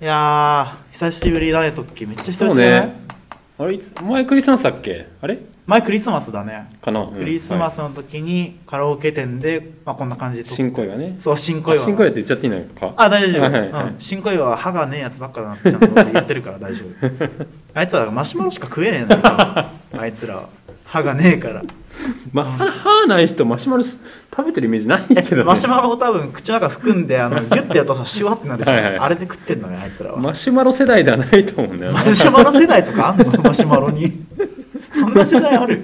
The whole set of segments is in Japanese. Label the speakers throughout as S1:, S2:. S1: いやー久しぶりだねトッキーめっちゃ久
S2: そ
S1: し
S2: う
S1: ぶりだ
S2: ね
S1: ね
S2: あれいつ前クリスマスだっけあれ
S1: 前クリスマスだね
S2: かな、
S1: クリスマ
S2: ス、
S1: スの時にカラオケ店で、まあ、こんな感じで撮
S2: はい
S1: っ
S2: 新恋はね
S1: そう新恋は
S2: あ新恋って言っちゃっていいのか
S1: あ大丈夫、
S2: はいはいはい
S1: うん、新恋は歯がねえやつばっかだなってちゃんと俺言ってるから大丈 夫あいつらマシュマロしか食えねえんだよ多分あいつらは歯がねえから
S2: まあ歯歯ない人マシュマロす食べてるイメージないけど、ね、
S1: マシュ
S2: マ
S1: マロを多分口の中含んであのギュッてやったらさシュワってなるでしょ
S2: はいはい
S1: あれで食ってんのねあいつらは
S2: シュマロ世代ではないと思うんだよね
S1: マシュマロ世代とかあんのマシュマロにそんな世代ある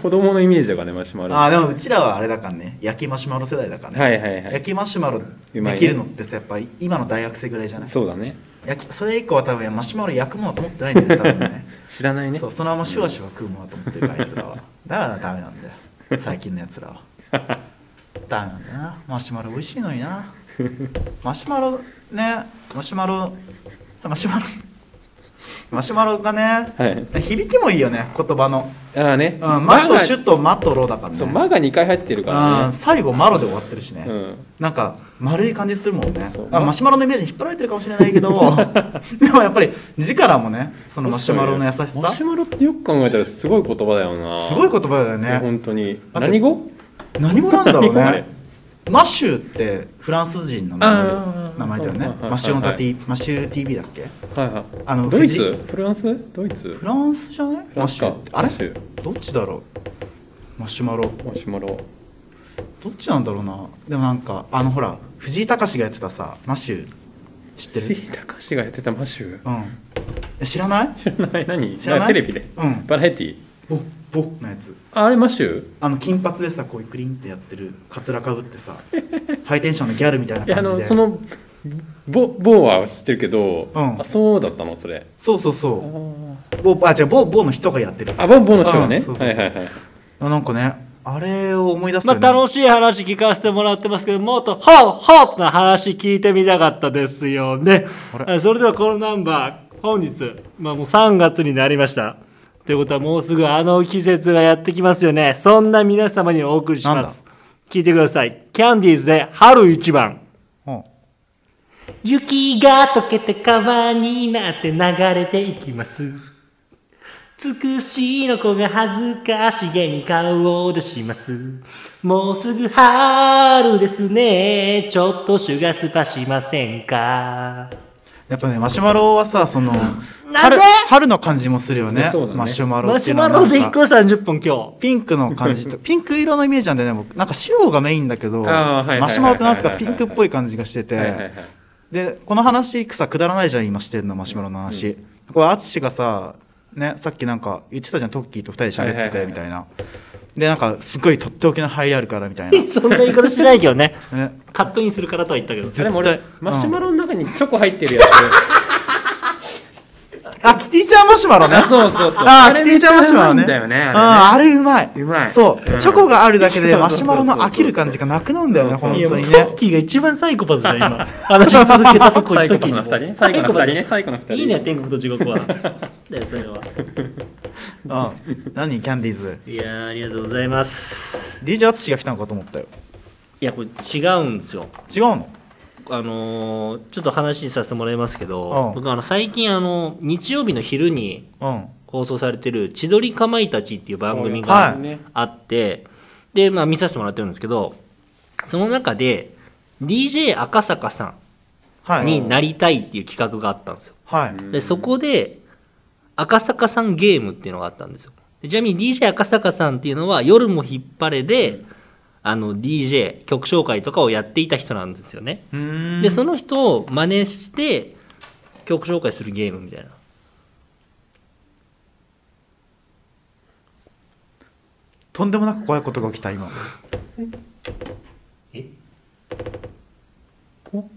S2: 子供のイメージだからねマシュマロ
S1: あーでもうちらはあれだからね焼きマシュマロ世代だからね、
S2: はいはいはい
S1: 焼きマシュマロ
S2: うまいね
S1: できるのってさやっぱ今の大学生ぐらいじゃない
S2: そうだね
S1: 焼きそれ以降は多分マシュマロ焼くものと思ってないんだよね多分ね
S2: 知ら ないね
S1: そうそのままシュワシュワ食うものだと思ってるからあいつらはだからダメなんだよ最近のやつ らはダメなんだなマシュマロ美味しいのになマシュマロねマシュマロマシュマロマシュマロがね、
S2: はい
S1: 響きもいいよね言葉の、
S2: ああね、
S1: うん、マと
S2: が
S1: シュとマとロだからね
S2: そうマが2回入ってるから
S1: うん、
S2: ね
S1: 最後マロで終わってるしね、
S2: うん
S1: なんか丸い感じするもんね
S2: そう
S1: あマシュマロのイメージに引っ張られてるかもしれないけど でもやっぱり字からもねそのマシュマロの優しさす
S2: マシュマロってよく考えたらすごい言葉だよな
S1: ごい言葉だよね
S2: 本当に
S1: だって
S2: 何語
S1: 何語なんだろう
S2: 何語 あれ
S1: ねマシューってフランス人の名
S2: あ
S1: 前
S2: ー
S1: 名前だよ
S2: はい
S1: ね
S2: はいはい
S1: マシュオンザティマシュー TV だっけ
S2: はいはい
S1: あの
S2: ドイ
S1: 藤
S2: ツ
S1: 井
S2: フランスドイツ
S1: フランスじゃない
S2: フラ
S1: マ
S2: ンス
S1: シ
S2: か
S1: ューってあれ
S2: マシュ
S1: どっちだろうマシュマロ
S2: マシュマロ
S1: どっちなんだろうなでもなんかあのほら藤井隆がやってたさマシュー知って
S2: 藤
S1: る
S2: 井隆がやってたマシュ
S1: うんえ知らない
S2: 知らない何
S1: 知らない
S2: テレビで、
S1: うん
S2: バラエティー
S1: ボッボッのやつ
S2: ああれマシュ
S1: あの金髪でさこういうクリンってやってるカツラかぶって さハイテンションのギャルみたいない
S2: やあ
S1: 感じ
S2: の
S1: で
S2: そのボボーは知ってるけど、
S1: うん
S2: あそうだったのそれ
S1: そうそう
S2: あ
S1: そ
S2: ー
S1: うボあじゃあボボの人がやってる
S2: あボーボーの人はね、
S1: うんそうそうそう
S2: はいはいはい
S1: あなんかねあれを思い出す
S3: まあ、楽
S1: し
S3: しい話聞かせてもらってますけど、もっと、ホッホッな話聞いてみたかったですよね。
S1: あ
S3: えそれではこのナンバー、本日、まあもう3月になりました。ということはもうすぐあの季節がやってきますよね。そんな皆様にお送りします。聞いてください。キャンディーズで春一番。
S1: うん
S3: 雪が溶けて川になって流れていきます。つくしの子が恥ずかしげに顔を出します。もうすぐ春ですね。ちょっとシュガースパしませんか。
S1: やっぱねマシュマロはさその
S3: なんで
S1: 春春の感じもするよね
S2: そうだね
S1: マシュマロ
S3: マ
S1: って
S3: シ
S1: い
S3: ュ
S1: うの
S3: マ
S1: はなん
S3: ロ
S1: か
S3: で1個30本今
S1: ピンクの感 じとピンク色のイメージなんでね僕なんか白がメインだけど
S2: あーはいはいはいはい
S1: マシュマロってなんすかピンクっぽい感じがしてて、
S2: はいはいはい
S1: でこの話さくだらないじゃん今してんのマシュマロの話、これ淳がさ、ね、さっきなんか言ってたじゃんトッキーと二人で喋ってくれみたいな、でなんかすごいとっておきの入りあるからみたい
S3: 日。 そんな言い方しないけ どね。
S1: な、ね、
S3: カットインするからとは言ったけど。
S2: あでも
S1: 絶
S2: 俺
S1: 対
S2: マシュマロの中にチョコ入っ てるやつ、
S1: あキティちゃんマシュマロね
S2: あそうそうそう
S1: あ
S2: あ
S1: ー
S2: れ
S1: キティちゃんマシュマロね
S2: めっちゃうまいんだよね
S1: あ
S2: あ
S1: れ,、うん、あれうまいう
S2: うまい
S1: そう、
S2: うん
S1: チョコがあるだけでマシュマロの
S2: そうそうそう
S1: 飽きる感じがなくなるんだよね
S2: そう
S1: 本
S3: いや
S1: 当
S3: もう
S1: に
S3: ト
S1: ね
S3: ッキーが一番サイコパスじゃ ん今。話し続けたとこ
S2: サ
S3: 行っ
S2: イコパス
S3: た時
S2: の二
S3: に。
S2: 人ねサイコの二人ねサイコの二人
S3: いいね、天国と地 獄は。だよ、それは。
S1: うん何キャンディーズ
S3: いやー、ありがとうございます。
S1: DJ 淳が来たのかと思ったよ
S3: いや、これ違うんですよ。
S1: 違うの
S3: あのーちょっと話させてもらいますけど、
S1: うん
S3: 僕、あの、最近、あの、日曜日の昼に
S1: うん
S3: 放送されてる、千鳥かまいたちっていう番組
S1: は
S3: が
S1: い
S2: ね
S3: あって、で、まあ、見させてもらってるんですけど、その中で、DJ 赤坂さ
S1: はい
S3: んになりたいっていう企画があったんですよ。
S1: はい、
S3: でそこで赤坂さんゲームっていうのがあったんですよでちなみに DJ 赤坂さんっていうのは「夜も引っ張れで」あの DJ 曲紹介とかをやっていた人なんですよね、
S1: うーん
S3: でその人を真似して曲紹介するゲームみたいな
S1: とんでもなく怖いことが起きた今
S3: え
S1: こ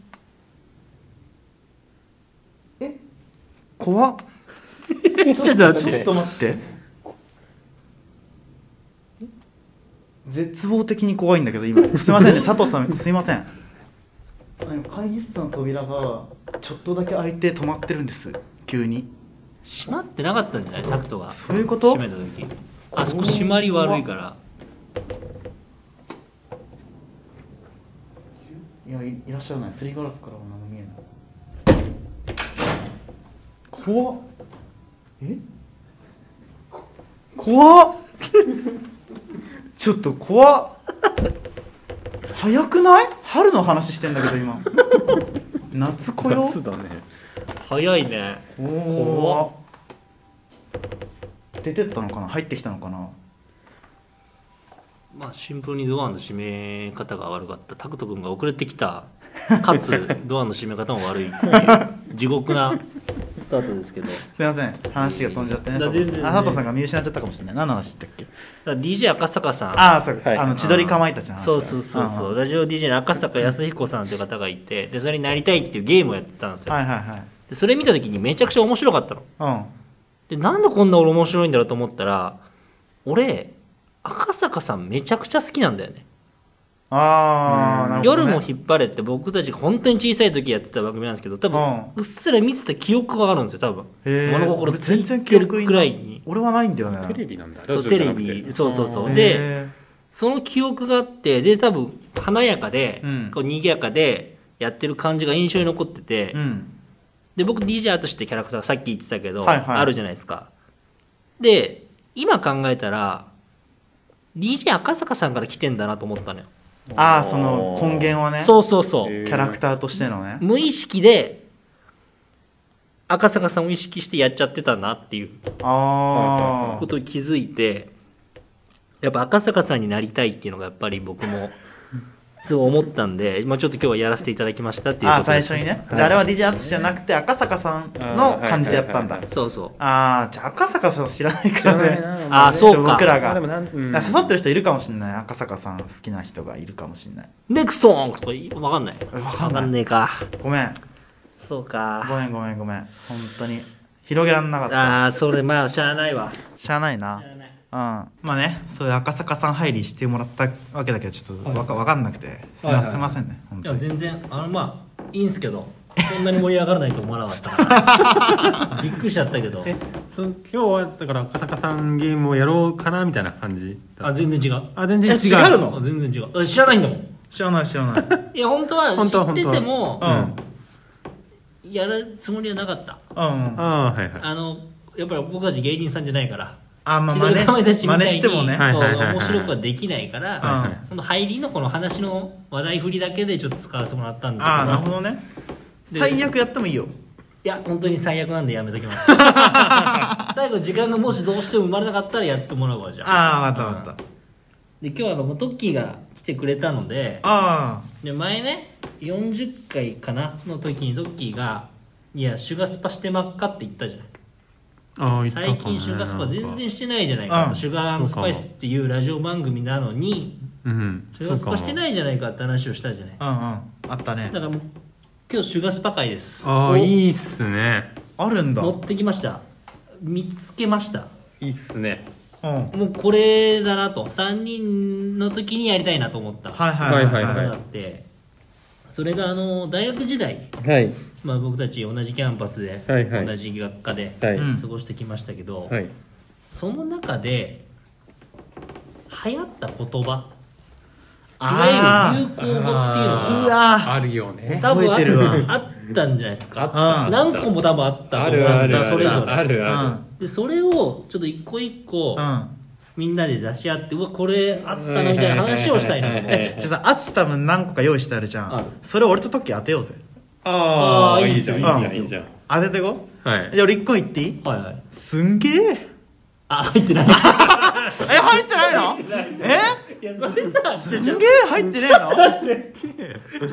S1: え怖っ
S3: ちょっと待っ
S1: ちょってと待って絶望的に怖いんだけど今すいません ね佐藤さんすいませんあの会議室の扉がちょっとだけ開いて止まってるんです急に
S3: 閉まってなかったんじゃないタクトが
S1: そういうこと
S3: 閉めた時あそこ閉まり悪いから
S1: いやいいらっしゃらないすりガラスからも何も見えない怖っえ 怖っちょっと怖っ早くない春の話してんだけど今夏来よ
S2: 夏だね
S3: 早いね
S1: 怖っ出てったのかな入ってきたのかな
S3: まあ新聞にドアの閉め方が悪かったタクト君が遅れてきたかつ ドアの閉め方も悪いっていう地獄なスタートですけどだか
S1: すいません話が飛んじゃってね
S3: だ
S1: 佐藤さ
S3: 全然
S1: ん
S3: ね
S1: あ佐藤さんが見失っちゃったかもしれない何の話だったっけ
S3: ら DJ 赤坂さん
S1: ああそうか、
S2: はい
S1: あの千鳥かまいたちの話だ
S3: そうそうそうそうラジオ DJ の赤坂康彦さんという方がいてでそれになりたいっていうゲームをやってたんです
S1: うん
S3: よ、
S1: はいはいはい
S3: でそれ見た時にめちゃくちゃ面白かったの
S1: うん
S3: でなんでこんな俺面白いんだろうと思ったら俺赤坂さんめちゃくちゃ好きなんだよね
S1: ああなるほど、
S3: 夜
S1: ね、
S3: も引っ張れって僕たちが本当に小さい時やってた番組なんですけど多分
S1: うん
S3: うっすら見てた記憶があるんですよ多分
S1: へー
S3: 物心
S1: 俺
S3: つい
S1: 全然
S3: て
S1: 記
S3: る
S1: 憶
S3: く
S1: に
S3: らいに
S1: 俺はないんだよね
S2: テレビなんだ
S3: そう
S2: ラジオ
S3: テ
S2: じゃ
S3: レ
S2: なくて
S3: ビそうそうそうで
S1: へ
S3: その記憶があってで多分華やかで、
S1: うん
S3: こう賑やかでやってる感じが印象に残ってて、
S1: ーうん
S3: で僕 DJ アートシってキャラクターさっき言ってたけど、
S1: はいはい
S3: あるじゃないですかで今考えたら DJ 赤坂さんから来てんだなと思ったのよ、
S1: ああその根源はね
S3: そうそうそう、
S2: へ
S1: キャラクターとしてのね
S3: 無意識で赤坂さんを意識してやっちゃってたなっていう
S1: あ
S3: ことに気づいてやっぱ赤坂さんになりたいっていうのがやっぱり僕もそう思ったんで、まあ、ちょっと今日はやらせていただきましたって
S1: あ
S3: いう
S1: あ
S3: こ
S1: ー
S3: と
S1: 最
S3: です
S1: 初にね、じゃああれは DJ 淳じゃなくて赤坂さんの感じでやったんだ
S2: あーはいはいはいはい
S3: そうそう
S1: ああじゃあ赤坂さん知らない
S2: 知
S1: からら
S2: ない
S1: ね
S2: なお前ね
S3: あーそうか
S1: 僕らが
S2: でもなんうん
S1: だから刺さってる人いるかもしれない赤坂さん好きな人がいるかもしれない
S3: ネクソンとかいわかんない
S1: わかんない
S3: わかんねえか
S1: ごめん
S3: そうか
S1: ごめんごめんごめん本当に広げらんなかった
S3: ああそれまあしゃあないわ
S1: しゃあないなうん、まあねそういう赤坂さん入りしてもらったわけだけどちょっとわかわかんなくてすい
S3: は
S1: ま
S3: いはい
S1: すいませんね本当に
S3: 全然あのまあいいんすけどそんなに盛り上がらないと思わなかったびっくりしちゃったけど
S2: えその今日はだから赤坂さんゲームをやろうかなみたいな感じだ
S3: 全然違う
S2: あ全然違う
S1: え違うのあ
S3: 全然違う知らないんだもん
S1: 知らない知らない
S3: いや本当は
S2: 本当は
S3: 知ってても
S2: 本当は
S3: やるつもりはなかった
S1: うん
S2: ああはいはい
S3: あのやっぱり僕たち芸人さんじゃないから
S1: あまあ
S3: 千
S1: 真似
S3: 鳥かまいたちみたい
S1: し
S3: に
S1: 真似してもね、
S2: はい
S3: そう
S2: はいはいはい
S3: 面白くはできないから、
S1: はいはい
S3: この入りのこの話の話題振りだけでちょっと使わせてもらったんですけど
S1: ああなるほどね
S3: で
S1: 最悪やってもいいよ
S3: いや本当に最悪なんでやめときます 最後時間がもしどうしても生まれなかったらやってもらうわじゃあ
S1: ああ分かった分かった
S3: で今日はあのトッキーが来てくれたので
S1: あ
S3: で前ね40回かなの時にトッキーが「いやシュガスパしてまっか」って言ったじゃない
S2: ああ言ったかも
S3: 最
S2: ね
S3: 近シュガスパ全然
S2: なんか
S3: してないじゃないか
S1: う
S3: と
S1: ん
S3: シュガースパイスっていうラジオ番組なのに
S2: うん
S3: シュガスパして
S2: い
S3: ないじゃないかって話をしたじゃない
S1: あうんうんあったね
S3: だからもう今日シュガスパ会です
S2: あ
S1: お
S2: あいいっすね
S1: あるんだ
S3: 持ってきました見つけました
S2: いいっすね
S1: うん
S3: もうこれだなと3人の時にやりたいなと思った
S1: はいはいはい
S2: はい
S1: は
S2: はいい
S3: だってそれがあの大学時代、
S2: はい
S3: まあ、僕たち同じキャンパスで、
S2: はいはい
S3: 同じ学科で
S2: は
S1: う
S2: い
S1: ん
S3: 過ごしてきましたけど、
S2: はい
S3: その中で流行った言葉
S1: あ
S3: い
S1: ー
S3: わゆる流行語っていうのが
S1: うわ
S2: あるよね
S3: 多分あ
S1: 覚えてるわ
S3: あったんじゃないですか
S1: あった
S3: 何個も多分あったと思う
S2: あるあるある
S3: それぞれ
S2: あるある
S3: でそれをちょっと一個一個、
S1: うんうん
S3: みんなで出し合ってうわこれあったなみたいな話をしたいなと思って
S2: はい
S1: えじゃあさあち多分何個か用意してあるじゃ
S3: ある
S1: んそれ俺とトッキー当てようぜ
S2: あ
S3: あ
S2: あ
S3: ー
S2: いいじゃんいい
S1: いい
S2: じゃ
S1: です
S2: ん
S3: よ
S2: いいじゃん
S1: 当ててこ
S2: はい
S1: じゃあ俺1個言っていい
S3: はいはい
S1: すんげえ
S3: あ入ってな い
S1: え入ってないのえ
S3: いやそれさ
S1: す
S3: ちょ
S1: ん
S3: ち
S1: げ
S3: ょ
S1: え入ってねえの
S3: ちょっと待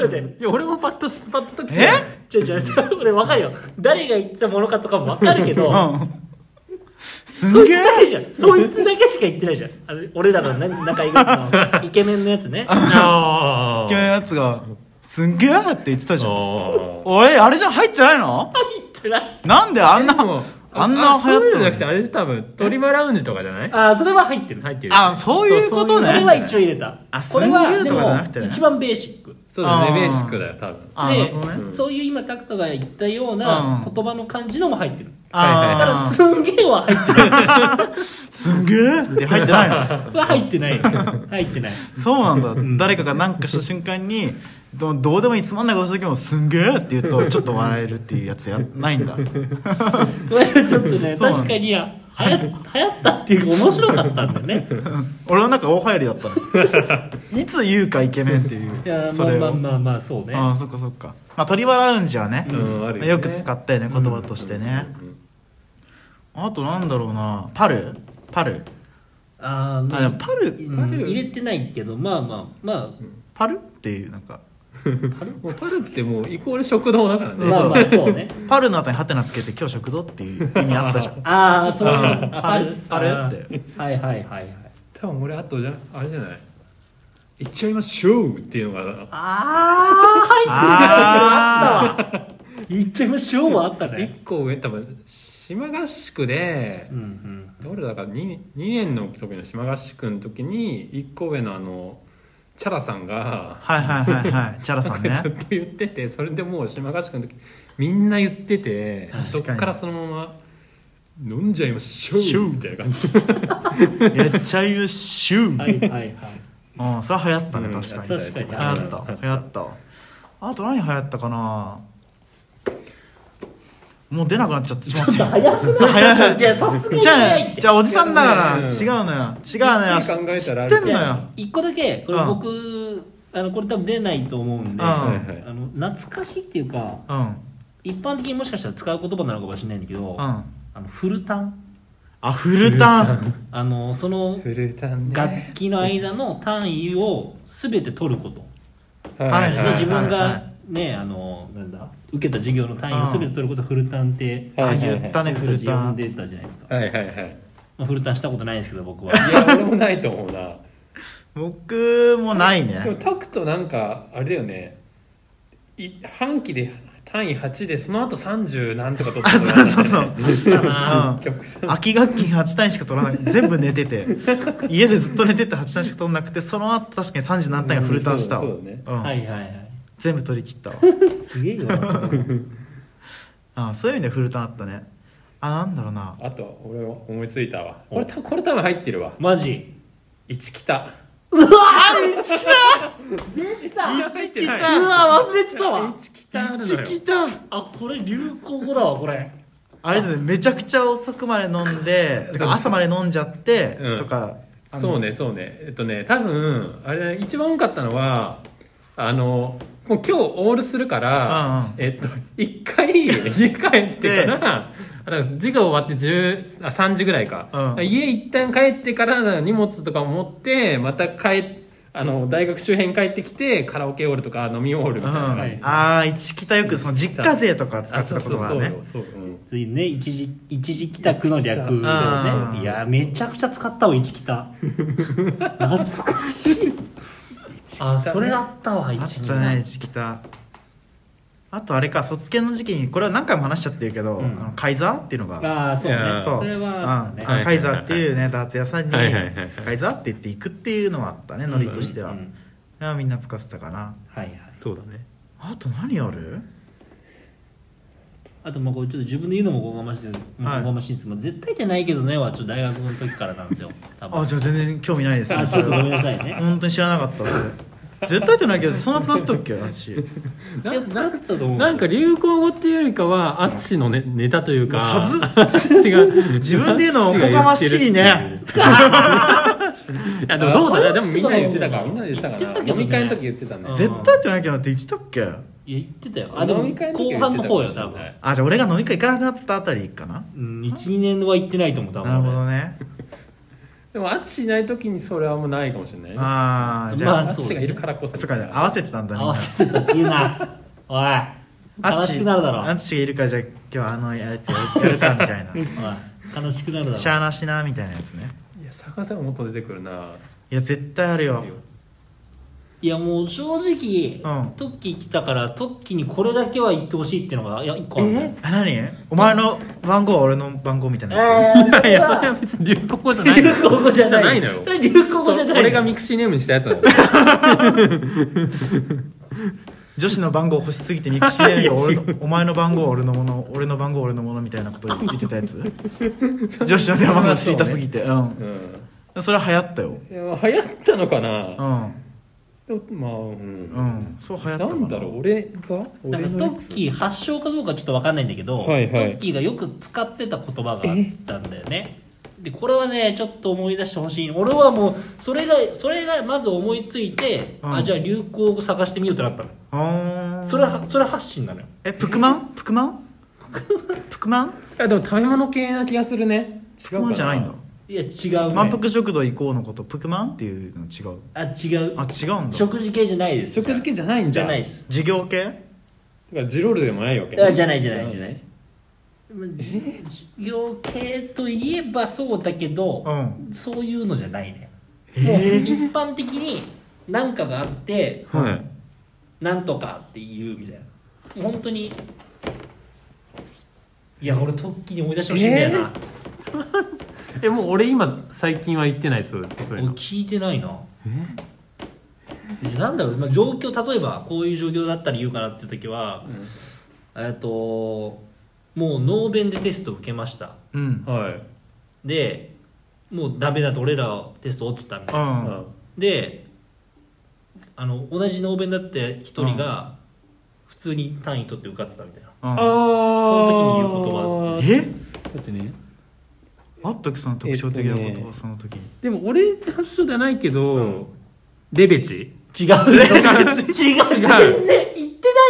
S3: っていや俺もパッとすパッときて
S1: え
S3: ちょちょちょ俺分かるよ誰が言ってたものかとかも分かるけど
S1: うんす
S3: そ
S1: ん
S3: いつ
S1: げえ
S3: だけじゃんそいつだけしか言ってないじゃんあの俺らの何仲いいの イケメンのやつね
S2: あ
S1: イケメンのやつがすんげえって言ってたじゃん
S2: あ
S1: おいあれじゃん入ってないの
S3: 入ってない
S1: なんであんなあんな流
S2: そう
S1: 行
S2: い
S1: ってる
S2: うのじゃなくてあれ多分トリマラウンジとかじゃない
S3: あーそれは入ってる
S2: 入ってる
S1: あそういうことね
S3: それは一応入れた
S1: あす
S3: こ
S1: んげ
S3: れ
S1: え
S3: はで
S1: とかじゃなくて
S3: も
S1: ね
S3: 一番ベーシック
S2: そうだ
S1: あー
S2: ねベーシックだよ多分
S1: あなるほどね
S3: でそういう今タクトが言ったような
S1: うん
S3: 言葉の感じのも入ってる
S1: あ
S3: ただ
S1: ー
S3: すんげえは入っ てない
S1: すんげえって入って ないの
S3: は入ってない入ってない
S1: そうなんだ誰かが何かした瞬間にどうどうでもいいつまんないことした時も「すんげえ!」って言うとちょっと笑えるっていうやつやないんだ
S3: これ はちょっとね
S1: そうなの
S3: 確かにやはや流行ったっていうか面白かったんだよ ね
S1: 俺の中大流行りだった のいつ言うかイケメンってい
S3: いや
S1: う
S3: ま
S1: そ
S3: あ
S1: れ
S3: まあ
S1: を
S3: まあまあそうね
S1: ああそっかそっかまあ鳥羽ラウンジはね、
S2: うんあるよね
S1: よく使ったよね言葉としてね、あとなんだろうなパルパル
S3: あー
S1: あ
S3: まあ
S1: でもパル
S3: うん入れてないけどまあまあま
S1: パルっていうなんか
S2: もうパルってもうイコール食堂だから
S3: あ
S2: ね
S3: まあまあそうね
S1: パルの後にハテナつけて今日食堂っていう意味あったじゃ ん
S3: ああそう
S1: うん
S3: ある
S1: あれあれって
S3: はいはいはいはい
S2: 多分俺あとじゃあれじゃない行っちゃいましょうっていうのが
S3: ああ
S1: あ
S3: 入ってるだけあったわ言っちゃいましょうはあったね
S2: 一個上多分島合宿で
S3: うんうん
S2: 俺らだから 2, 2年の時の島合宿の時に一個上のあのチャラさんが
S1: はいはいはいはいチャラさん ね
S2: ずっと言っててそれでもう島合宿の時みんな言ってて
S1: 確かに
S2: そっからそのまま飲んじゃいまし
S1: シ
S2: ょ
S1: ュ
S2: う
S1: ー
S2: みたいな感じ
S1: やっちゃいましゅう
S3: はい はいはい
S1: うんそれは流行ったね
S2: うん
S1: 確かに
S3: 確かに
S1: 流行った流行ったあと何流行ったかなもう出なくなっち ゃってしまった
S3: 早く
S1: そう早い
S3: じゃあさすがに
S1: じゃ
S3: 早
S1: あ
S3: いって
S1: じゃあおじさんだから
S2: うん
S1: 違うのよ違うのよ
S2: ゆっくり考
S1: 知
S2: えたら
S1: ってんの
S3: じゃ
S1: よ
S3: あ一個だけこれ
S1: うん
S3: 僕、あのこれ多分出ないと思うんで、
S1: うん
S2: はいはい
S3: あの懐かしいっていうか
S1: うん
S3: 一般的にもしかしたら使う言葉なのかもしれないんだけど、
S1: う
S3: あ
S1: ん
S3: のフルタン
S1: あフルタン
S3: あのその
S2: フルタンね
S3: 楽器の間の単位を全て取ること、
S1: はいはい
S3: 自分
S1: はいは
S3: がねあのなんだ受けた授業の単位を全て取ることをフルタンって
S1: あ言ったねフルタ
S3: 呼ん
S1: ン
S3: でたじゃないですか、
S2: はいはいはい
S3: まあ、フルタンしたことないですけど僕は
S2: いや俺もないと思うな
S1: 僕もない
S2: でも
S1: ね
S2: タクトなんかあれだよねい半期で単位8でその後30なんとか取った
S1: あ
S2: こと
S1: そうそうそう
S3: だな
S1: うん
S2: 曲さん
S1: 秋学期8単位しか取らない全部寝てて家でずっと寝てて8単位しか取らなくてその後確かに3時何単位がフルターンしたわ、
S2: うん
S1: う
S2: そうだね
S1: ん
S3: はいはいはい
S1: 全部取り切ったわ
S3: すげえよな
S1: あそういう意味ではフルターンあったねあなんだろうな
S2: あと俺思いついたわこれたこれ多分入ってるわ
S3: マジ
S2: 一北
S1: あ一来た一来
S2: う
S1: た
S3: わ忘れてたわ
S2: 一北あるの
S1: 一
S2: よ
S1: 来た
S3: あこれ流行語だわこれ
S1: あれだねめちゃくちゃ遅くまで飲んでてか朝まで飲んじゃって、
S2: うん
S1: とかあの
S2: そうねそうねえっとね多分あれだね一番多かったのはあのもう今日オールするから、
S1: う
S2: えっと一回家帰ってからあだから授業終わって10あ3時ぐらいか、
S1: うん
S2: 家一旦帰ってから荷物とかを持ってまた帰あの大学周辺帰ってきてカラオケオールとか飲みオールみ
S1: う
S2: たい
S1: ん
S2: な、
S3: はい
S1: ああ一来たよくその実家勢とか使ってた言葉だね
S2: そうそうそううん
S3: 次ね一時一時帰宅の略だよ
S1: うん
S3: ねいやめちゃくちゃ使ったわ一帰宅懐かしいあそれあったわ
S1: あっ
S3: 一帰
S1: たね
S3: 宅
S1: 一来たあとあれか卒検の時期にこれは何回も話しちゃってるけど、
S3: うん
S1: あのカイザーっていうのが
S3: ああそう
S2: い
S3: ね
S2: や
S1: そう
S3: それはあったね
S1: うん
S2: はい
S1: カイザーっていうねダーツ屋さんに
S2: はいはいはいはい
S1: カイザーって言って行くっていうのはあったねノリとしては、
S3: うん
S1: あみんな使ってたかな
S3: はいはい
S2: そうだね
S1: あと何ある
S3: あとまあこれちょっと自分で言うのもおこがましい
S1: はい
S3: おこがましいんですけど絶対じゃないけどねはちょっと大学の時からなんですよ多分
S1: あじゃあ全然興味ないですね
S3: あちょっとごめんなさいね
S1: 本当に知らなかったそれ絶対ってないけどそんな使ってたっけ私
S3: いや使ってたと思う
S2: なんか流行語っていうよりかは淳の、ね、ネタというか
S1: はず
S2: 淳が
S1: 自分で言うのおこがましいね
S2: いやでもどうだねでもみんなで言ってたからみんなで言ってた
S3: 言って
S2: か
S3: た
S2: ら
S3: けど
S2: 飲
S3: ね
S2: み会の時言ってたね
S3: うん
S1: 絶対ってないけどって言ってたっけ
S3: いや言ってたよあでも
S2: 飲み会の時
S3: 後
S2: は
S3: 半
S2: 言
S3: の
S2: ってたか
S3: 方
S2: も
S3: よ
S2: しれな
S3: 多
S2: い
S3: 分
S1: あじゃあ俺が飲み会行かなくなったあたりかな
S3: うん12年は行ってないと思う多分
S1: なるほどね
S2: でも淳いない時にそれはもうないかもしれないね
S1: ああじゃ
S3: ま
S1: あ、
S3: あ
S2: 淳がいるからこそ
S1: そっか合わせてたんだみ
S3: 合
S1: んな
S3: わせてたって言うなおい悲しくなるだろ
S1: あつしがいるからじゃあ今日はあのやつやるかみ たいな
S3: おい悲しくなるだ
S1: し
S3: ろ
S1: ゃあなしなみたいなやつね
S2: いや探せばもっと出てくるない
S1: や絶対あるよ
S3: いやもう正直、
S1: うん
S3: トッキー来たからトッキーにこれだけは言ってほしいっていうのがいや1個あるんだよ
S1: あ何お前の番号は俺の番号みたいなや
S3: えー
S2: いやそれは別に流行語じゃない
S3: 流行語じゃない
S2: のよ
S3: それ流行語じゃない
S2: 俺がミクシーネームにしたやつなの
S1: つ女子の番号欲しすぎてミクシーで俺のお前の番号は俺のもの俺の番号は俺のものみたいなこと言ってたやつ女子の電話番号知りたすぎてうん
S2: うん
S1: それは流行ったよ
S2: いや流行ったのか
S1: う
S2: なんでもまあうん
S1: うんそう流行ったか
S2: なんだろう俺が
S3: なん
S2: 俺
S3: か
S2: の
S3: ト
S2: や
S3: ッ
S2: つ
S3: キー発祥かどうかちょっと分かんないんだけど、
S2: はいはい
S3: トッキーがよく使ってた言葉があったんだよねでこれはねちょっと思い出してほしい俺はもうそれがそれがまず思いついて、
S1: うん
S3: あじゃあ流行語探してみようってなったの
S1: あー
S3: それはそれ発信なのよ
S1: えプクマンプクマンプクマン
S2: あでも食べ物系な気がするね
S1: プクマンじゃないんだ
S3: いや違う、ね、
S1: 満腹食堂行こうのことプクマンっていうの違う
S3: あ違う
S1: あ違うんだ
S3: 食事系じゃないです
S2: 食事系じゃないん
S3: じ
S2: だ
S3: ゃないです
S1: 事業系
S2: だからジロールでもないわけ
S3: あじゃないじゃない
S2: うん
S3: じゃない授業系といえばそうだけど、
S1: う
S3: そういうのじゃないね
S1: え
S3: もう
S1: ー
S3: 一般的に何かがあって
S2: はい
S3: なんとかっていうみたいなもう本当にいや俺トッキーに思い出してほしいんだよな、
S2: えもう俺今最近は行ってないですそういう
S3: 俺
S2: の
S3: 聞いてないなえなんだろう、まあ、状況例えばこういう状況だったら言うかなって時はえっともうノーベンでテスト受けました
S1: うん
S2: はい
S3: でもうダメだと俺らはテスト落ちたみたいうな、
S2: うんん
S3: であの同じ能弁だって一人が普通に単位取って受かってたみたいな、
S1: う
S2: ああ
S1: ん
S2: そ
S3: その時に言う
S2: 言
S1: え
S2: だってね
S1: あったっけその特徴的な言
S2: えっと
S1: 葉
S2: ね
S1: その時
S2: でも俺発祥じゃないけど、レベチ
S3: 違う違う 違う全然
S2: 違う
S3: 行ってない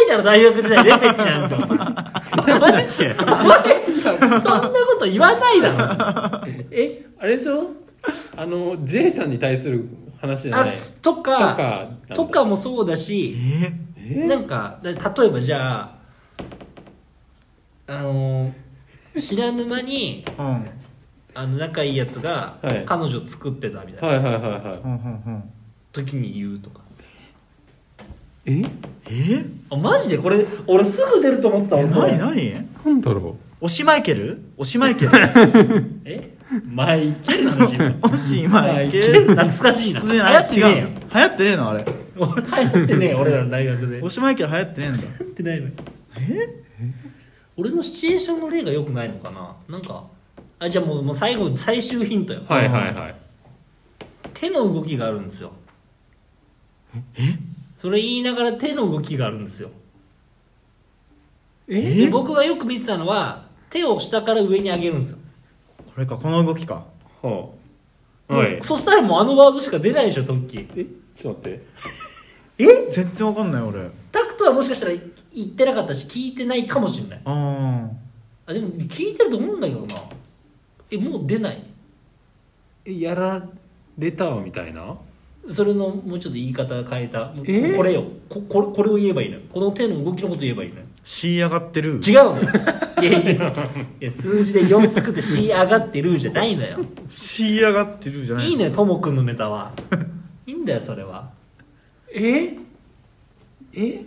S3: だろ大学時代レペちゃん とお前お前そんなこと言わないだ
S2: えあれでしょあの J さんに対する話じゃ
S3: ろ
S2: な
S3: あ
S2: い
S3: すと
S2: とか
S3: か
S2: なんだ
S3: とかもそうだし
S1: え
S2: え
S3: なんかだ例えばじゃああの知らぬ間に
S1: うんうん
S3: あの仲いいやつが
S2: はい
S3: 彼女作ってたみたいな
S2: はいはいはいはい
S1: うんうん
S3: 時に言うとか
S2: え
S1: え
S3: あマジでこれ俺すぐ出ると思ってた
S1: え
S3: 本当は
S1: 何何
S2: なんだろ
S1: 押しマイケル押しマ イケル
S3: えマイケルの話今
S1: 押し マイケル
S3: 懐かしいな
S1: 全
S3: 流
S1: 然
S3: 行
S1: あ
S3: っ
S1: れ
S3: て
S1: 違
S3: ねえ
S1: うの流行ってね
S3: よ
S1: えのあれ
S3: 俺流行ってねえ俺らの大学で
S1: 押しマイケル流行ってねえんだ
S3: 行ってないのよ
S1: え
S3: 俺のシチュエーションの例が良くないのかななんかあじゃあもうもう最後最終ヒントよ
S2: うはいはいはい
S3: 手の動きがあるんですよそれ言いながら手の動きがあるんですよ
S1: え
S3: で僕がよく見てたのは手を下から上に上げるんですよ
S1: これかこの動きか
S2: はあはい
S3: そしたらもうあのワードしか出ないでしょトッキー
S2: えちょっと待って
S1: 全然わかんない俺
S3: タクトはもしかしたらい言ってなかったし聞いてないかもしれない
S1: あ
S3: あでも聞いてると思うんだけどなえもう出ない
S2: えやられたわみたいな
S3: それのもうちょっと言い方変えたもう
S2: え
S3: これよここれこれを言えばいいのよこの手の動きのこと言えばいいのよ
S1: ーし上がってる
S3: 違うの よいやいやいや数字で4つくって C 上がってるじゃないのよ
S1: し上がってるじゃない
S3: いいのよともくんのネタはいいんだよそれは
S2: ええ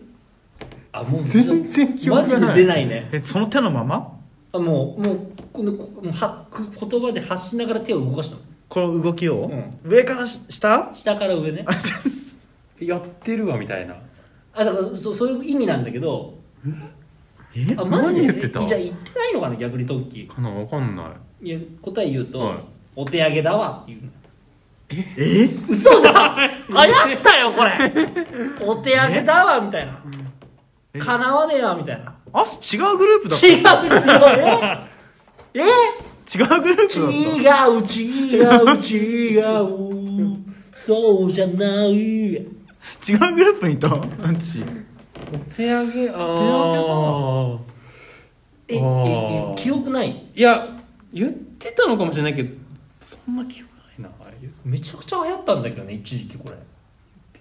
S3: あもう
S2: 全然記憶
S3: マジ
S2: がない
S3: で出ないね
S1: えその手のまま
S3: あもうもうこのこもうは言葉で発しながら手を動かしたの
S1: この動きを、
S3: うん
S1: 上からし下
S3: 下から上ね
S2: やってるわみたいな
S3: あだからそそういう意味なんだけど
S1: え
S3: あマジ
S2: 何
S3: で
S2: 言ってた
S3: じゃあ言ってないのかな逆にトッキ
S2: かなわかんない
S3: ーいや答え言うと、
S2: はい
S3: お手上げだわっていうの
S1: え
S3: 嘘だ流行ったよこ れお手上げだわみたいな
S1: え
S3: かなわねえわみたいな
S1: あ違うグループだった
S3: 違う違うええ
S1: 違うグループだっ
S3: 違う違う違うそうじゃない
S1: た違うグループにいた うんち
S2: お手上げあ
S1: お
S2: あ
S3: ええ
S2: あー
S3: え記憶ない
S2: いや言ってたのかもしれないけどそんな記憶ないなあれ言っ
S3: めちゃくちゃ流行ったんだけどね一時期これ
S2: て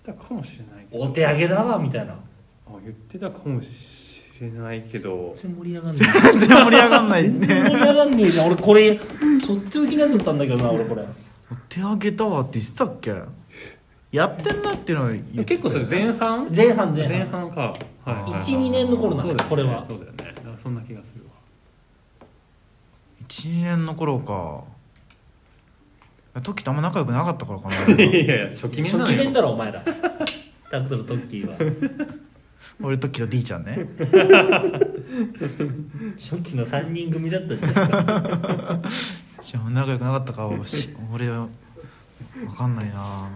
S2: たかもしれないけど
S3: お手上げだわみたいな
S2: あ言ってたかもしれないけど
S3: 全然盛り上がんない
S1: 全然盛り上がんない
S3: 全然
S1: ね
S3: 盛り上がんねえじゃん俺これとっておきのやつだったんだけどな俺これ
S1: お手上げたわって言ってたっけやってんなっていうのは言ってたよね
S2: 結構それ前半
S3: 前半前半
S2: 前半かはいはい
S3: 12年の頃な
S2: そ
S3: の
S2: うだよね
S3: これは
S2: そうだよねだからそんな気がするわ
S1: 1年の頃か時とあんま仲良くなかったから かな
S2: いやいや初期面なのよ
S3: 初期面だろお前 らタクトのトッキーは
S1: 俺とキと D ちゃんね
S3: 初期の3人組だったじゃないですか
S1: しかも仲良くなかったからし俺は分かんないな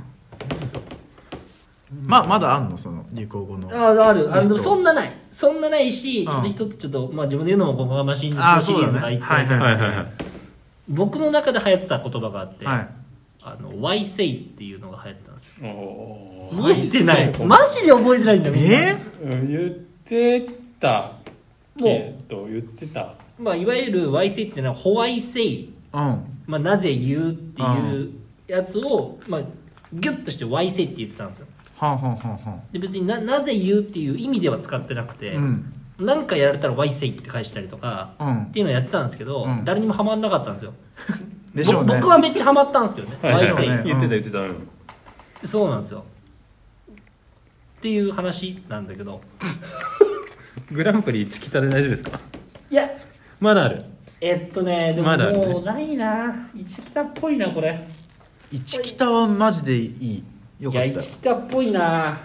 S1: まあまだあんのその流行語の
S3: ああるあ
S1: リスト
S3: のそんなないそんなないし、
S1: ん
S3: ちょっと一つちょっと、まあ、自分で言うのもおこがましいんです
S1: あー
S3: けど
S1: そ
S3: シ
S1: う
S3: リ
S1: だね
S3: ーズが一個
S1: はいはい
S4: はいはいはい
S3: 僕の中で流行ってた言葉があって「
S1: はい
S3: あのワイセイ」っていうのが流行ってたんですよ
S2: お
S1: 覚えてない
S3: マジで覚えてないんだよみんな
S1: え
S2: ー言ってたけ
S3: も
S2: ど言ってた
S3: まあ、いわゆる「ワイセイ」っていうのは「ホワイセイ
S1: ー、」
S3: まあ、なぜ言うっていうやつを、まあ、ギュッとして「ワイセイ」って言ってたんですよ
S1: はんはんはんは
S3: で別にななぜ言うっていう意味では使ってなくて、
S1: んうん
S3: なんかやられたら「ワイセイ」って返したりとか、
S1: うん
S3: っていうのをやってたんですけど、
S1: うん
S3: 誰にもハマんなかったんですよ
S1: でしょうね
S3: ぼ僕はめっちゃハマったんです けど
S2: はい
S3: ね、ワイ
S1: でしょう
S3: セイ
S1: ね
S2: 言ってた言ってたうん
S3: そうなんですよっていう話なんだけど
S2: グランプリチキタで大丈夫ですか
S3: いや
S2: まだある
S3: えっとねでも
S2: まだあるね
S3: もうないな一北っぽいなこれ
S1: 一北はマジでいいよ
S3: い
S1: か
S3: や
S1: った
S3: 一北っぽいな
S2: なんか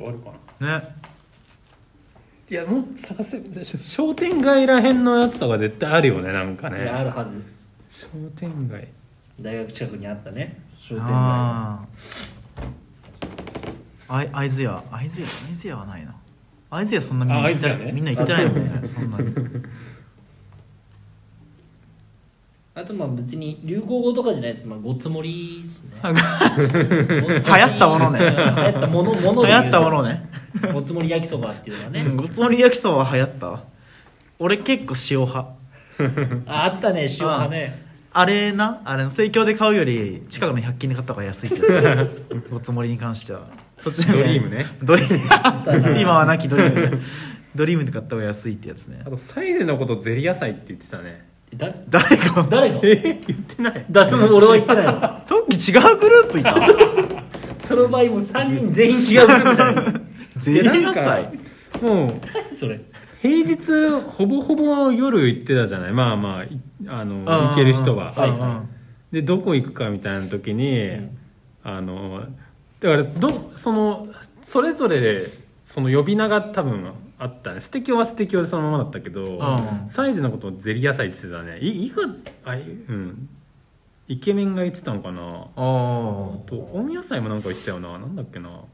S2: あるかな
S1: よね
S2: いやもう探せし商店街らへんのやつとか絶対あるよねなんか
S3: いやあ
S2: ね
S3: るはず
S2: 商店街
S3: 大学近くにあったね商店街
S1: あーあい会津屋会津屋会津屋はないな会津屋そんなみんな行ってない、
S2: あ会津屋ね
S1: みんな行ってないもん ねそんなに
S3: あとまあ別に流行語とかじゃないですまあごつもりです ね流
S1: 流行ったものね
S3: 流行ったものもの
S1: 流行ったものね
S3: ねごつもり焼きそばっていうのはね、
S1: うんごつもり焼きそばは流行ったわ俺結構塩派
S3: ああったね塩派ね
S1: あれなあれの盛況で買うより近くの100均で買った方が安いってや つごつもりに関してはそっちの方が
S2: ドリームね
S1: ドリー
S3: た
S1: ム
S3: な
S1: 今はなきドリームねドリームで買った方が安いってやつね
S2: あとサイゼのことゼリ野菜って言ってた ね
S3: 誰
S1: 誰か
S3: 誰が
S2: え言ってない
S3: 誰も俺は言ってな いわ
S1: トッキー違うグループいた
S3: その場合もう3人全員違うグループじゃない
S1: ゼリー野
S2: いやな
S1: 菜
S2: ん もう
S3: 何それ
S2: 平日ほぼほぼ夜行ってたじゃないまあまあいあの行ける人は、
S1: はい
S3: うんうん
S2: でどこ行くかみたいな時に、
S3: ん
S2: あのだからどそのそれぞれでその呼び名が多分あったねステキオはステキオでそのままだったけど、
S1: うん
S2: サイズのことをゼリ野菜って言ってたねいいかあいうんイケメンが言ってたのかな
S1: あ
S2: あと温野菜もなんか言ってたよななんだっけな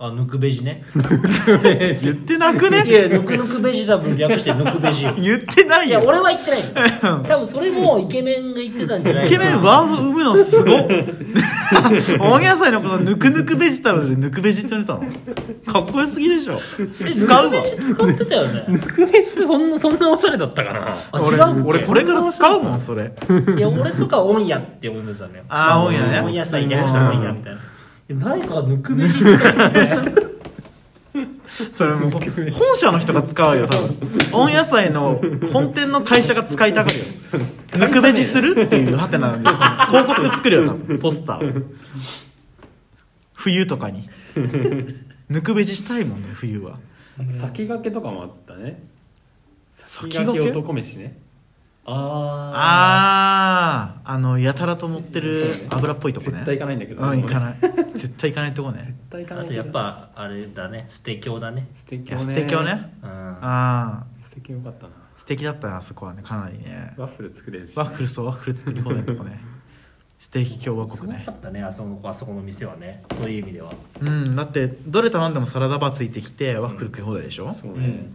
S3: あぬくべじね
S1: あ言ってなく
S3: い
S1: ね
S3: やぬくぬくベジタブル略して ぬくべじよ
S1: 言ってない
S3: いや
S1: よ
S3: 俺は言ってないの多分それもイケメンが言ってたんじゃない
S1: イケメン
S3: は
S1: ワーフ生むのすごっ温野菜のことぬくぬくベジタブルでぬくベジって言ってたのかっこよすぎでしょ使うわ
S3: 使ってたよね
S2: クレジってそんなそんなおしゃれだったかな
S3: あ
S1: 俺
S3: 違うっけ
S1: 俺これから使うもんそれ
S3: いや俺とかオンヤって呼んでたのよ
S1: あーオンヤね
S3: オンヤさん略してオンヤみたいないや誰かがぬくべじって
S1: それもう本社の人が使うよ多分温野菜の本店の会社が使いたがるよぬくべじするっていうハテナなんでその広告作るよ多分ポスターを冬とかにぬくべじしたいもんね冬は
S2: 先駆けとかもあったね
S1: 先駆け
S2: 男飯ね
S3: あ
S1: あーあのやたらと思ってる油っぽいとこね
S2: 絶対行かないんだけど
S1: うん行かない絶対行かないとこね
S2: 絶対行か
S3: あ
S2: ない
S3: とやっぱあれだねステ教だね
S2: 素敵
S1: いや素敵よね
S3: うん
S1: ああ
S2: 素敵よかったな
S1: 素敵だったなあそこはねかなりね
S2: ワッフル作れるし
S1: ワッフルそうワッフル作り放題のとこねステーキ共和
S3: す
S1: 国
S3: ご
S1: ね
S3: かったねあそこあそこの店はねそういう意味では
S1: うんだってどれ頼んでもサラダバーついてきてワッフル食い放題でしょ、
S2: そう
S3: う
S2: ね
S3: ん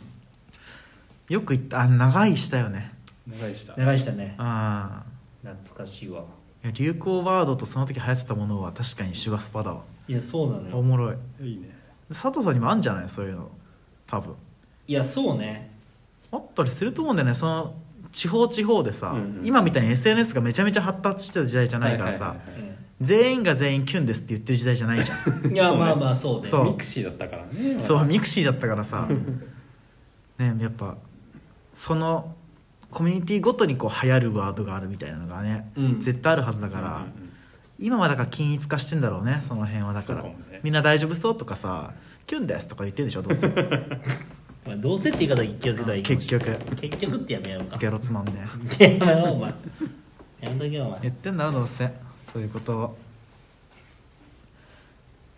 S1: よく行ったあ長いしたよね
S2: 長いした
S3: 長いしたね
S1: ああ
S3: 懐かしいわ
S1: いや流行ワードとその時流行ってたものは確かにシュガスパだわ
S3: いやそうなの
S1: お
S3: よ
S1: もろい
S2: いいね
S1: 佐藤さんにもあんじゃないそういうの多分
S3: いやそうね
S1: あったりすると思うんだよねその地方地方でさ、
S2: うんうん
S1: 今みたいに SNS がめちゃめちゃ発達してた時代じゃないからさ、
S2: はいはいはいはい
S1: 全員が全員キュンですって言ってる時代じゃないじゃん
S3: いや
S2: そうね
S3: まあまあそうね
S1: そう
S2: ミクシーだったからね
S1: そうミクシーだったからさねやっぱそのコミュニティごとにこう流行るワードがあるみたいなのがね、
S2: うん
S1: 絶対あるはずだ
S2: だ
S1: から、今はだから均一化してんだろうねその辺はだから、
S2: そうかもね
S1: みんな大丈夫そうとかさ「キュンです」とか言ってんでしょどう せ
S3: まあどうせって言い方一気をつけたらいいかも
S1: 結
S3: しれ
S1: 局
S3: ない結局ってやめようか
S1: ゲロつまんね
S3: やめようお前やめとけよお前
S1: 言ってんだろどうせそういうことを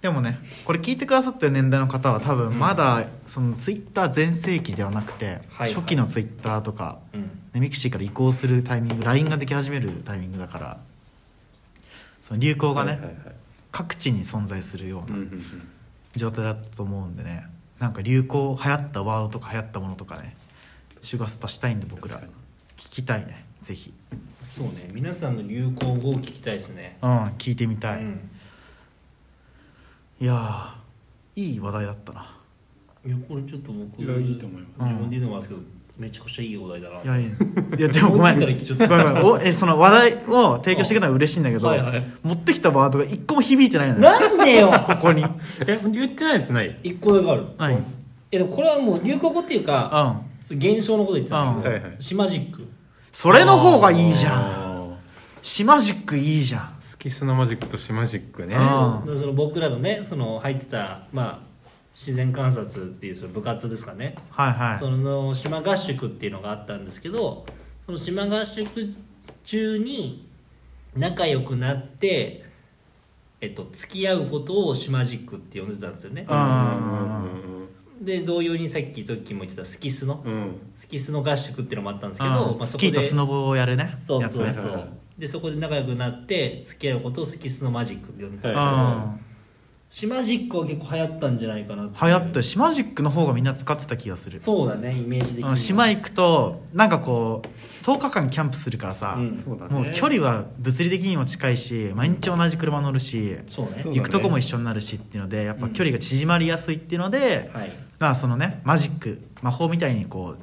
S1: でもねこれ聞いてくださってる年代の方は多分まだそのツイッター全盛期ではなくて、
S3: はい
S1: 初期のツイッターとか
S3: うん
S1: ねミクシーから移行するタイミング LINE ができ始めるタイミングだからその流行
S2: こ
S1: がね、
S2: はいはいはい
S1: 各地に存在するよう
S2: うん
S1: な
S2: うんうん
S1: 状態だったと思うんでねなんか流行流行ったワードとか流行ったものとかねシュガースパしたいんで僕ら
S2: 確か
S1: 聞きたいねぜひ
S3: そうね皆さんの流行語を聞きたいですね、
S1: うん聞いてみたい、
S3: うん
S1: いやーいい話題だったない
S3: やこれちょっと僕
S2: いやいいと思います
S3: 自分で言うのもあるんですけど、めちゃくちゃいいお題だない
S1: やいやいやでもご めん
S3: 思
S1: ご
S3: っ
S1: め
S3: て
S1: ん
S3: たらちょっと
S1: ごめんおえその話題を提供してくれたのは嬉しいんだけど、
S3: はいはい
S1: 持ってきたワードが一個も響いてないのよ
S3: なんでよ
S1: ここにうん
S2: え言ってないやつない
S3: 一個だけある、
S1: はい
S3: いやでもこれはもう流行語っていうか現象のこと言ってたんだけ
S2: うんはいは
S3: ど
S2: い
S3: シマジック
S1: それの方がいいじゃん
S2: あ
S1: シマジックいいじゃん
S2: ースキスのマジックとシマジックね
S1: あ
S3: その僕らのねその入ってた、まあ、自然観察っていうその部活ですかね、
S1: はいはい
S3: その島合宿っていうのがあったんですけどその島合宿中に仲良くなって、えっと、付き合うことを島ジックって呼んでたんですよね
S1: う、ん
S2: ん
S3: で同様にさっきトッキーも言ってたスキスの、
S2: うんうん
S3: スキスの合宿っていうのもあったんですけど、まあ、
S1: ス
S3: そこ
S1: キ
S3: で
S1: ーとスノボをやるね
S3: そう
S1: やつ
S3: そう
S1: ね
S3: そう、
S2: はいはい
S3: でそこで仲良くなって付き合うことをスキスのマジックって呼んでたんですけど、
S1: うん
S3: シマジックは結構流行ったんじゃないかなっていう
S1: 流行ったシマジックの方がみんな使ってた気がする
S3: そうだねイメージ的に
S1: う
S3: は
S1: ん島行くとなんかこう10日間キャンプするからさ、
S3: うん
S2: そうだね
S1: もう距離は物理的にも近いし毎日同じ車乗るし
S3: そう
S2: そう
S3: ね
S2: だね
S1: 行くとこも一緒になるしっていうのでやっぱ距離が縮まりやすいっていうので、
S3: はい
S1: まあそのねマジック魔法みたいにこう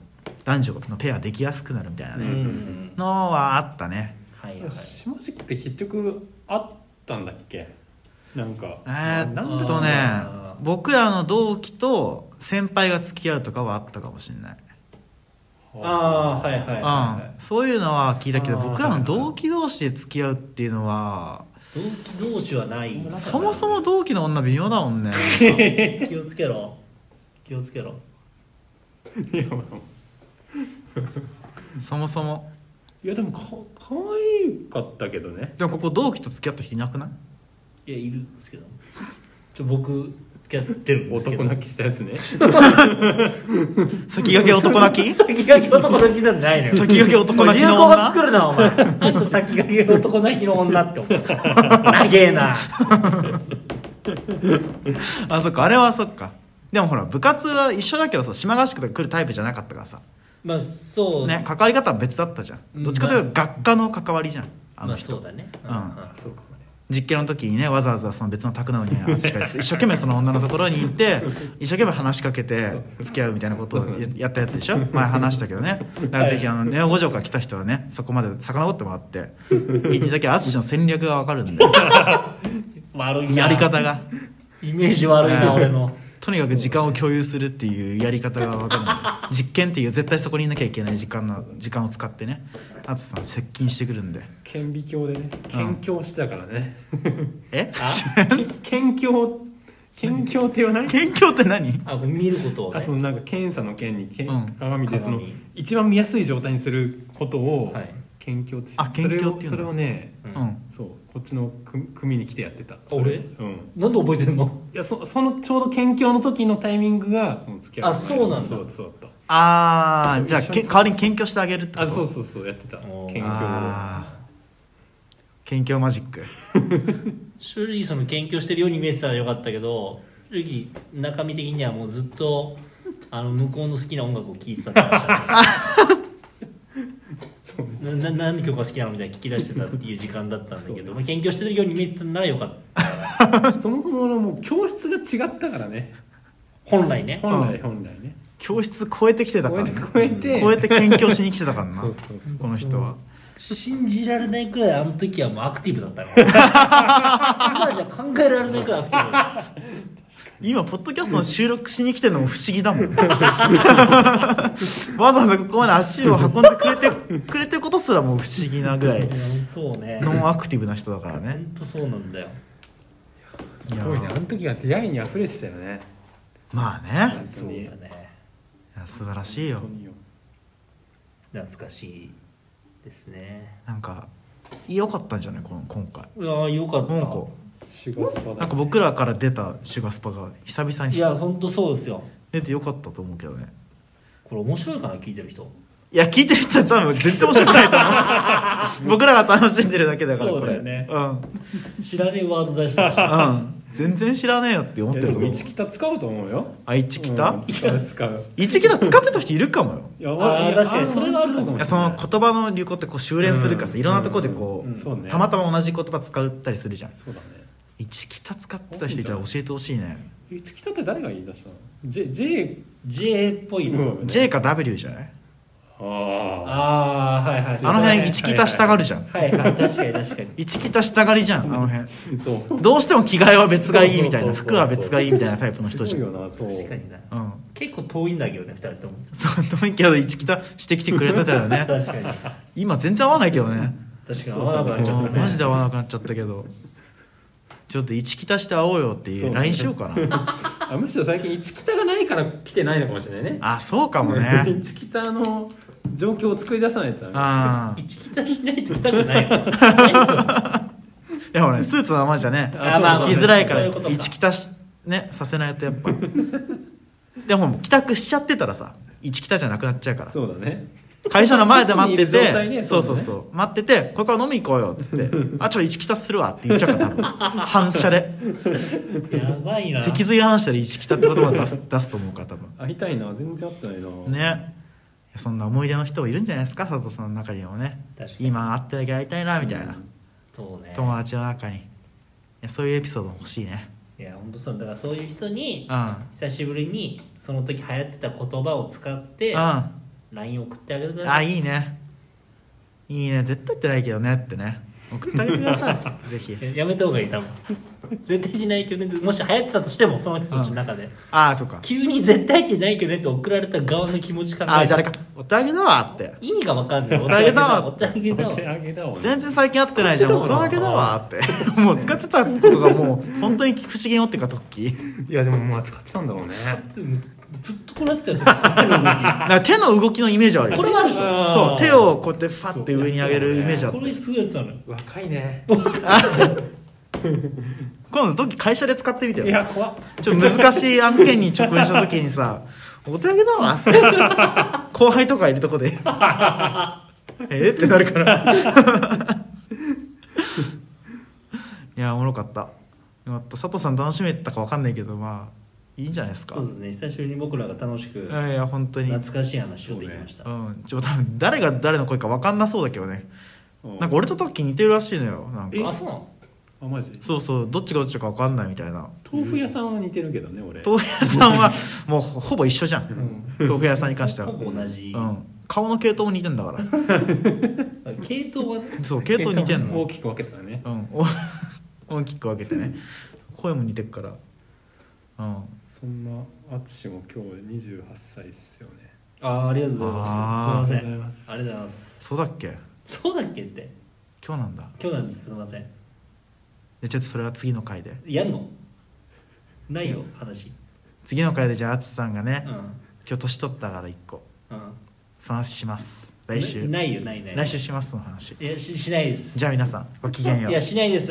S1: 男女のペアできやすくなるみたいな
S3: う
S1: ね、
S3: ん、うん、
S1: のはあったね
S3: はいはい
S2: シマジックって結局あったんだっけなんか
S1: えー、っと
S3: なん
S1: ね
S3: だろうな
S1: 僕らの同期と先輩が付き合うとかはあったかもしれない、
S3: ああーはいはいはい、
S1: うん、そういうのは聞いたけど
S2: あー
S1: 僕らの同期同士で付き合うっていうのは
S3: 同期同士はない
S1: そもそも同期の女微妙だも んね
S3: 気をつけろ気をつけろ
S2: いやまあ
S1: そもそも
S2: いやでもか可愛かったけどね
S1: でもここ同期と付き合った人いなくない
S3: いやいるんですけどちょ僕付き合ってるんですけど
S2: 男泣きしたやつ ね
S1: 先駆け男泣き先
S3: 先駆け男泣きなんてないのよ
S1: 駆け男泣きの
S3: 流行語作
S1: 女
S3: るなお前あんた先駆け男泣きの女って思う長えな
S1: あそっかあれはそっかでもほら部活は一緒だけどさ島合宿とか来るタイプじゃなかったからさ
S3: まあそう
S1: ね関わり方は別だったじゃ
S3: うん
S1: んどっちかというと学科の関わりじゃんあ
S3: ま
S1: の
S3: あ
S1: 人
S3: そうだね
S1: うん
S2: そうかもね
S1: 実験の時にねわざわざその別の宅なのに話しかけ一生懸命その女のところに行って 一生懸命話しかけて付き合うみたいなことをややったやつで しょ前話したけどねだからぜひあのネオ五条から来た人はねそこまで遡ってもらって聞いていただけ淳の戦略が分かるんで
S3: 悪いな
S1: やり方が
S3: イメージ悪い
S1: ね
S3: な俺の
S1: とにかく時間を共有するっていうやり方が分かるんで実験っていう絶対そこにいなきゃいけない時間の時間を使ってね淳さん接近してくるんで
S2: 顕微鏡でね顕鏡してたからね、
S1: え
S2: 顕鏡顕鏡って言わな い
S1: 研究って何
S3: あこれ見ることを
S2: あ
S3: ね
S2: そのなんか検査の件にけん
S1: うん
S2: 鏡でその
S3: 鏡
S2: 一番見やすい状態にすることを
S3: はい
S2: 顕鏡って
S1: あ顕鏡っていうんだ
S2: それをそれをね
S3: う
S1: うんん
S2: そうこっちの組組に来てやってたそれ
S3: 俺
S2: うん
S3: なんで覚えてんの
S2: いやそそのちょうど顕鏡の時のタイミングがその付き合う
S3: あそうなんだ
S2: そうそうだっ
S1: ああじゃあけ代わりに研究してあげるってこ
S2: たあ
S1: と
S2: そうそうそうやってた
S3: おー
S2: 顕鏡
S1: あー研究マジック
S3: 正直その研究してるように見えてたらよかったけど正直中身的にはもうずっとあの向こうの好きな音楽を聴いてたって話だねなな何の曲が好きなのみたいな聞き出してたっていう時間だったんだけど、まあ、研究してるように見えてたならよかった
S2: を そもそも俺もう教室が違ったからね
S3: 本来ね
S2: 本来本来ね
S1: 教室超えてきてたからね
S2: 超えて
S1: 超えて研究しに来てたからな
S2: そうそうそう
S1: この人は
S3: 信じられないくらいあの時はもうアクティブだったから今じゃ考えられないくらいアクティブだっ
S1: 今ポッドキャストの収録しに来てるのも不思議だもんね わざわざここまで足を運んでくれてくれてることすらもう不思議なぐらい
S3: たうんそうね
S1: ノンアクティブな人だから
S3: ほ
S1: ね
S3: んとそうなんだよ
S2: すごいねあの時は出会いに溢れてたよね
S1: まあね
S2: 本
S3: そ
S2: 当
S3: うだ
S2: に
S3: ね
S1: いや素晴らしいよ
S2: 本当によ
S3: 懐かしいですね
S1: なんか良かったんじゃないこの今回
S3: いやーよかった
S1: なんか
S2: シュガースパだ
S1: なんか僕らから出たシュガースパが久々
S3: い
S1: に
S3: や本当そうですよ
S1: 出て良かったと思うけどね
S3: これ面白いかな聞いてる人
S1: いや聞いてる人は多分全然面白くないと思う僕らが楽しんでるだけだから
S3: そう
S1: こ
S3: だ
S1: れ
S3: よね
S1: うん
S3: 知らねえワード出したし
S1: うん全然知らねえよって思っ
S2: い
S1: て
S2: や
S1: る
S2: で
S1: と
S2: も
S1: 思う
S2: 一北使うと思うよ
S1: あ一
S2: う
S1: 北
S2: ん使う使う
S1: 一北使ってた人いるかもよ
S2: いや
S3: あー
S2: いや
S3: 確かに
S2: ー
S3: それはあるかも
S1: いやその言葉の流行ってこう修練するからさ、
S2: うん
S1: いろんなところでこう,、
S2: うんそうね
S1: たまたま同じ言葉使ったりするじゃん
S2: そうだね
S1: 一北使ってた人いたら教えてほしいね
S2: 一北って誰が言い出したの J, J
S3: J っぽいの、
S2: うん
S1: J か W じゃない
S2: あ
S3: ああはいはい
S1: あの辺一北したがるじゃん、
S3: はいはい確かに確かに
S1: 一北したがりじゃんあの辺
S2: あそう
S1: どうしても着替えは別がいいみたいな
S3: そうそうそうそう
S1: 服は別がいいみたいなタイプの人じ
S2: す
S1: ゃ
S2: ごい
S1: ん
S2: よなそう
S3: 確かにな
S1: うん
S3: 結構遠いんだけどね二人とも
S1: そう遠いけど一北してきてくれてたよ ね
S3: 確かに
S1: 今全然合わないけどね
S3: 確かに合わなくなっちゃ
S1: も
S3: っ
S1: う
S3: たね
S1: マジで合わなくなっちゃったけどちょっと一北して会おうよってい
S2: そうう
S1: LINE しようかな
S2: あむしろ最近一北がないから来てないのかもしれないね
S1: あそうかも ね
S2: 一北の状況を作り出さないとダメ
S1: あ
S3: 一気出しないと来たくないよ何それ
S1: ーでもねスーツのままじゃね
S2: あそう
S1: 着づらいか
S3: そう
S1: ら
S3: いうことか
S1: 一北しねさせないとやっぱでも帰宅しちゃってたらさ一北じゃなくなっちゃうから
S2: そうだね
S1: 会社の前で待って
S2: 外にいる
S1: て、
S2: 状態ね
S1: そ
S2: そうう
S1: そ
S2: だ
S1: う
S2: ね
S1: そう待っててこれから飲み行こうよっつって「あちょっと一北するわ」って言っちゃうから多分反射で
S3: やばい な。
S1: 脊髄離したら一北って言葉出す 出すと思うから多分
S2: 会いたいな全然会ってないな
S1: ねいやそんな思い出の人もいるんじゃないですか佐藤さんの中にもね
S3: 確かに
S1: 今会ってだけ会いたいなみたいな、
S3: そうね。
S1: 友達の中にいやそういうエピソードも欲しいね
S3: いや、本当そう。だからそういう人に
S1: う、ん
S3: 久しぶりに、その時流行ってた言葉を使って
S1: うん、あ
S3: LINE 送ってあげるからい。
S1: いいねいいね絶対会ってないけどねってね送ってあげてください ぜひ
S3: やめた方がいい、多分。絶対的ないけどね。もし流行ってたとしても、その人たちの中で。
S1: ああそっ か
S3: 急に絶対的ないけどねって送られた側の気持ち考えて
S1: ああじゃああれかお手上げだわって
S3: 意味がわかんない。お
S1: 手上げだわ
S3: お手上げだわ。
S2: 手上げだわ
S1: 全然最近会ってないじゃん大
S2: 使ってた
S1: 人
S2: かな
S1: げだわって もう使ってたことがもう本当に不思議に思ってるからトッキ ー
S2: いやでもまあ使ってたんだろうね
S3: ずっとこらしてたよずっと手の動
S1: だから手の動きのイメージはある
S3: き。
S1: よ
S3: これもあるでしょ
S1: そう手をこうやってファッて上に上げるイメージあっ
S3: こ
S1: て
S3: れすごいやつなのよ。
S2: 若いね
S1: 今度トッキー会社で使ってみて
S2: い
S1: よ
S2: や怖っ
S1: ちょっと難しい案件に直面した時にさ「お手上げだわ」 後輩とかいるとこで「えっ?」ってなるからいやおもろかったよかった佐藤さん楽しめたかわかんないけどまあいいんじゃないですか
S3: そうですね。久しぶりに僕らが楽しく、
S1: いやいや本当に
S3: 懐かしい話をできました。
S1: うん、ちょっと多分誰が誰の声か分かんなそうだけどねなんか俺とトッキー似てるらしいのよなんか
S2: え
S3: あ、そうなの
S2: あマジ
S1: そうそうどっちがどっちか分かんないみたいな
S2: 豆腐屋さんは似てるけどね 俺
S1: 豆腐屋さんはもうほほぼ一緒じゃん豆腐屋さんに関しては、
S3: ほ
S1: う
S3: ぼ同じ、
S1: ん、顔の系統も似てんだから
S3: 系統はね
S1: そう系統似てん
S2: 大
S1: の、
S2: きく分けたらね
S1: うん、お大きく分けてね声も似てるからうん
S2: そんな淳も今日28歳っすよね
S3: あーありがとうござい
S1: あー
S3: ますすいま
S2: あ
S3: せん
S2: りがとうございます
S3: ありがとうございます
S1: そうだっけ
S3: そうだっけって
S1: 今日なんだ
S3: 今日なんですすいません
S1: でちょっとそれは次の回で
S3: やんのないよ話
S1: 次の回でじゃあ淳さんが
S3: う
S1: ね
S3: ん
S1: 今日年取ったから一個
S3: うん
S1: その話します来週
S3: なないよないない
S1: 来週しますその話
S3: いやししないです
S1: じゃあ皆さんごきげんよ
S3: いうやしないです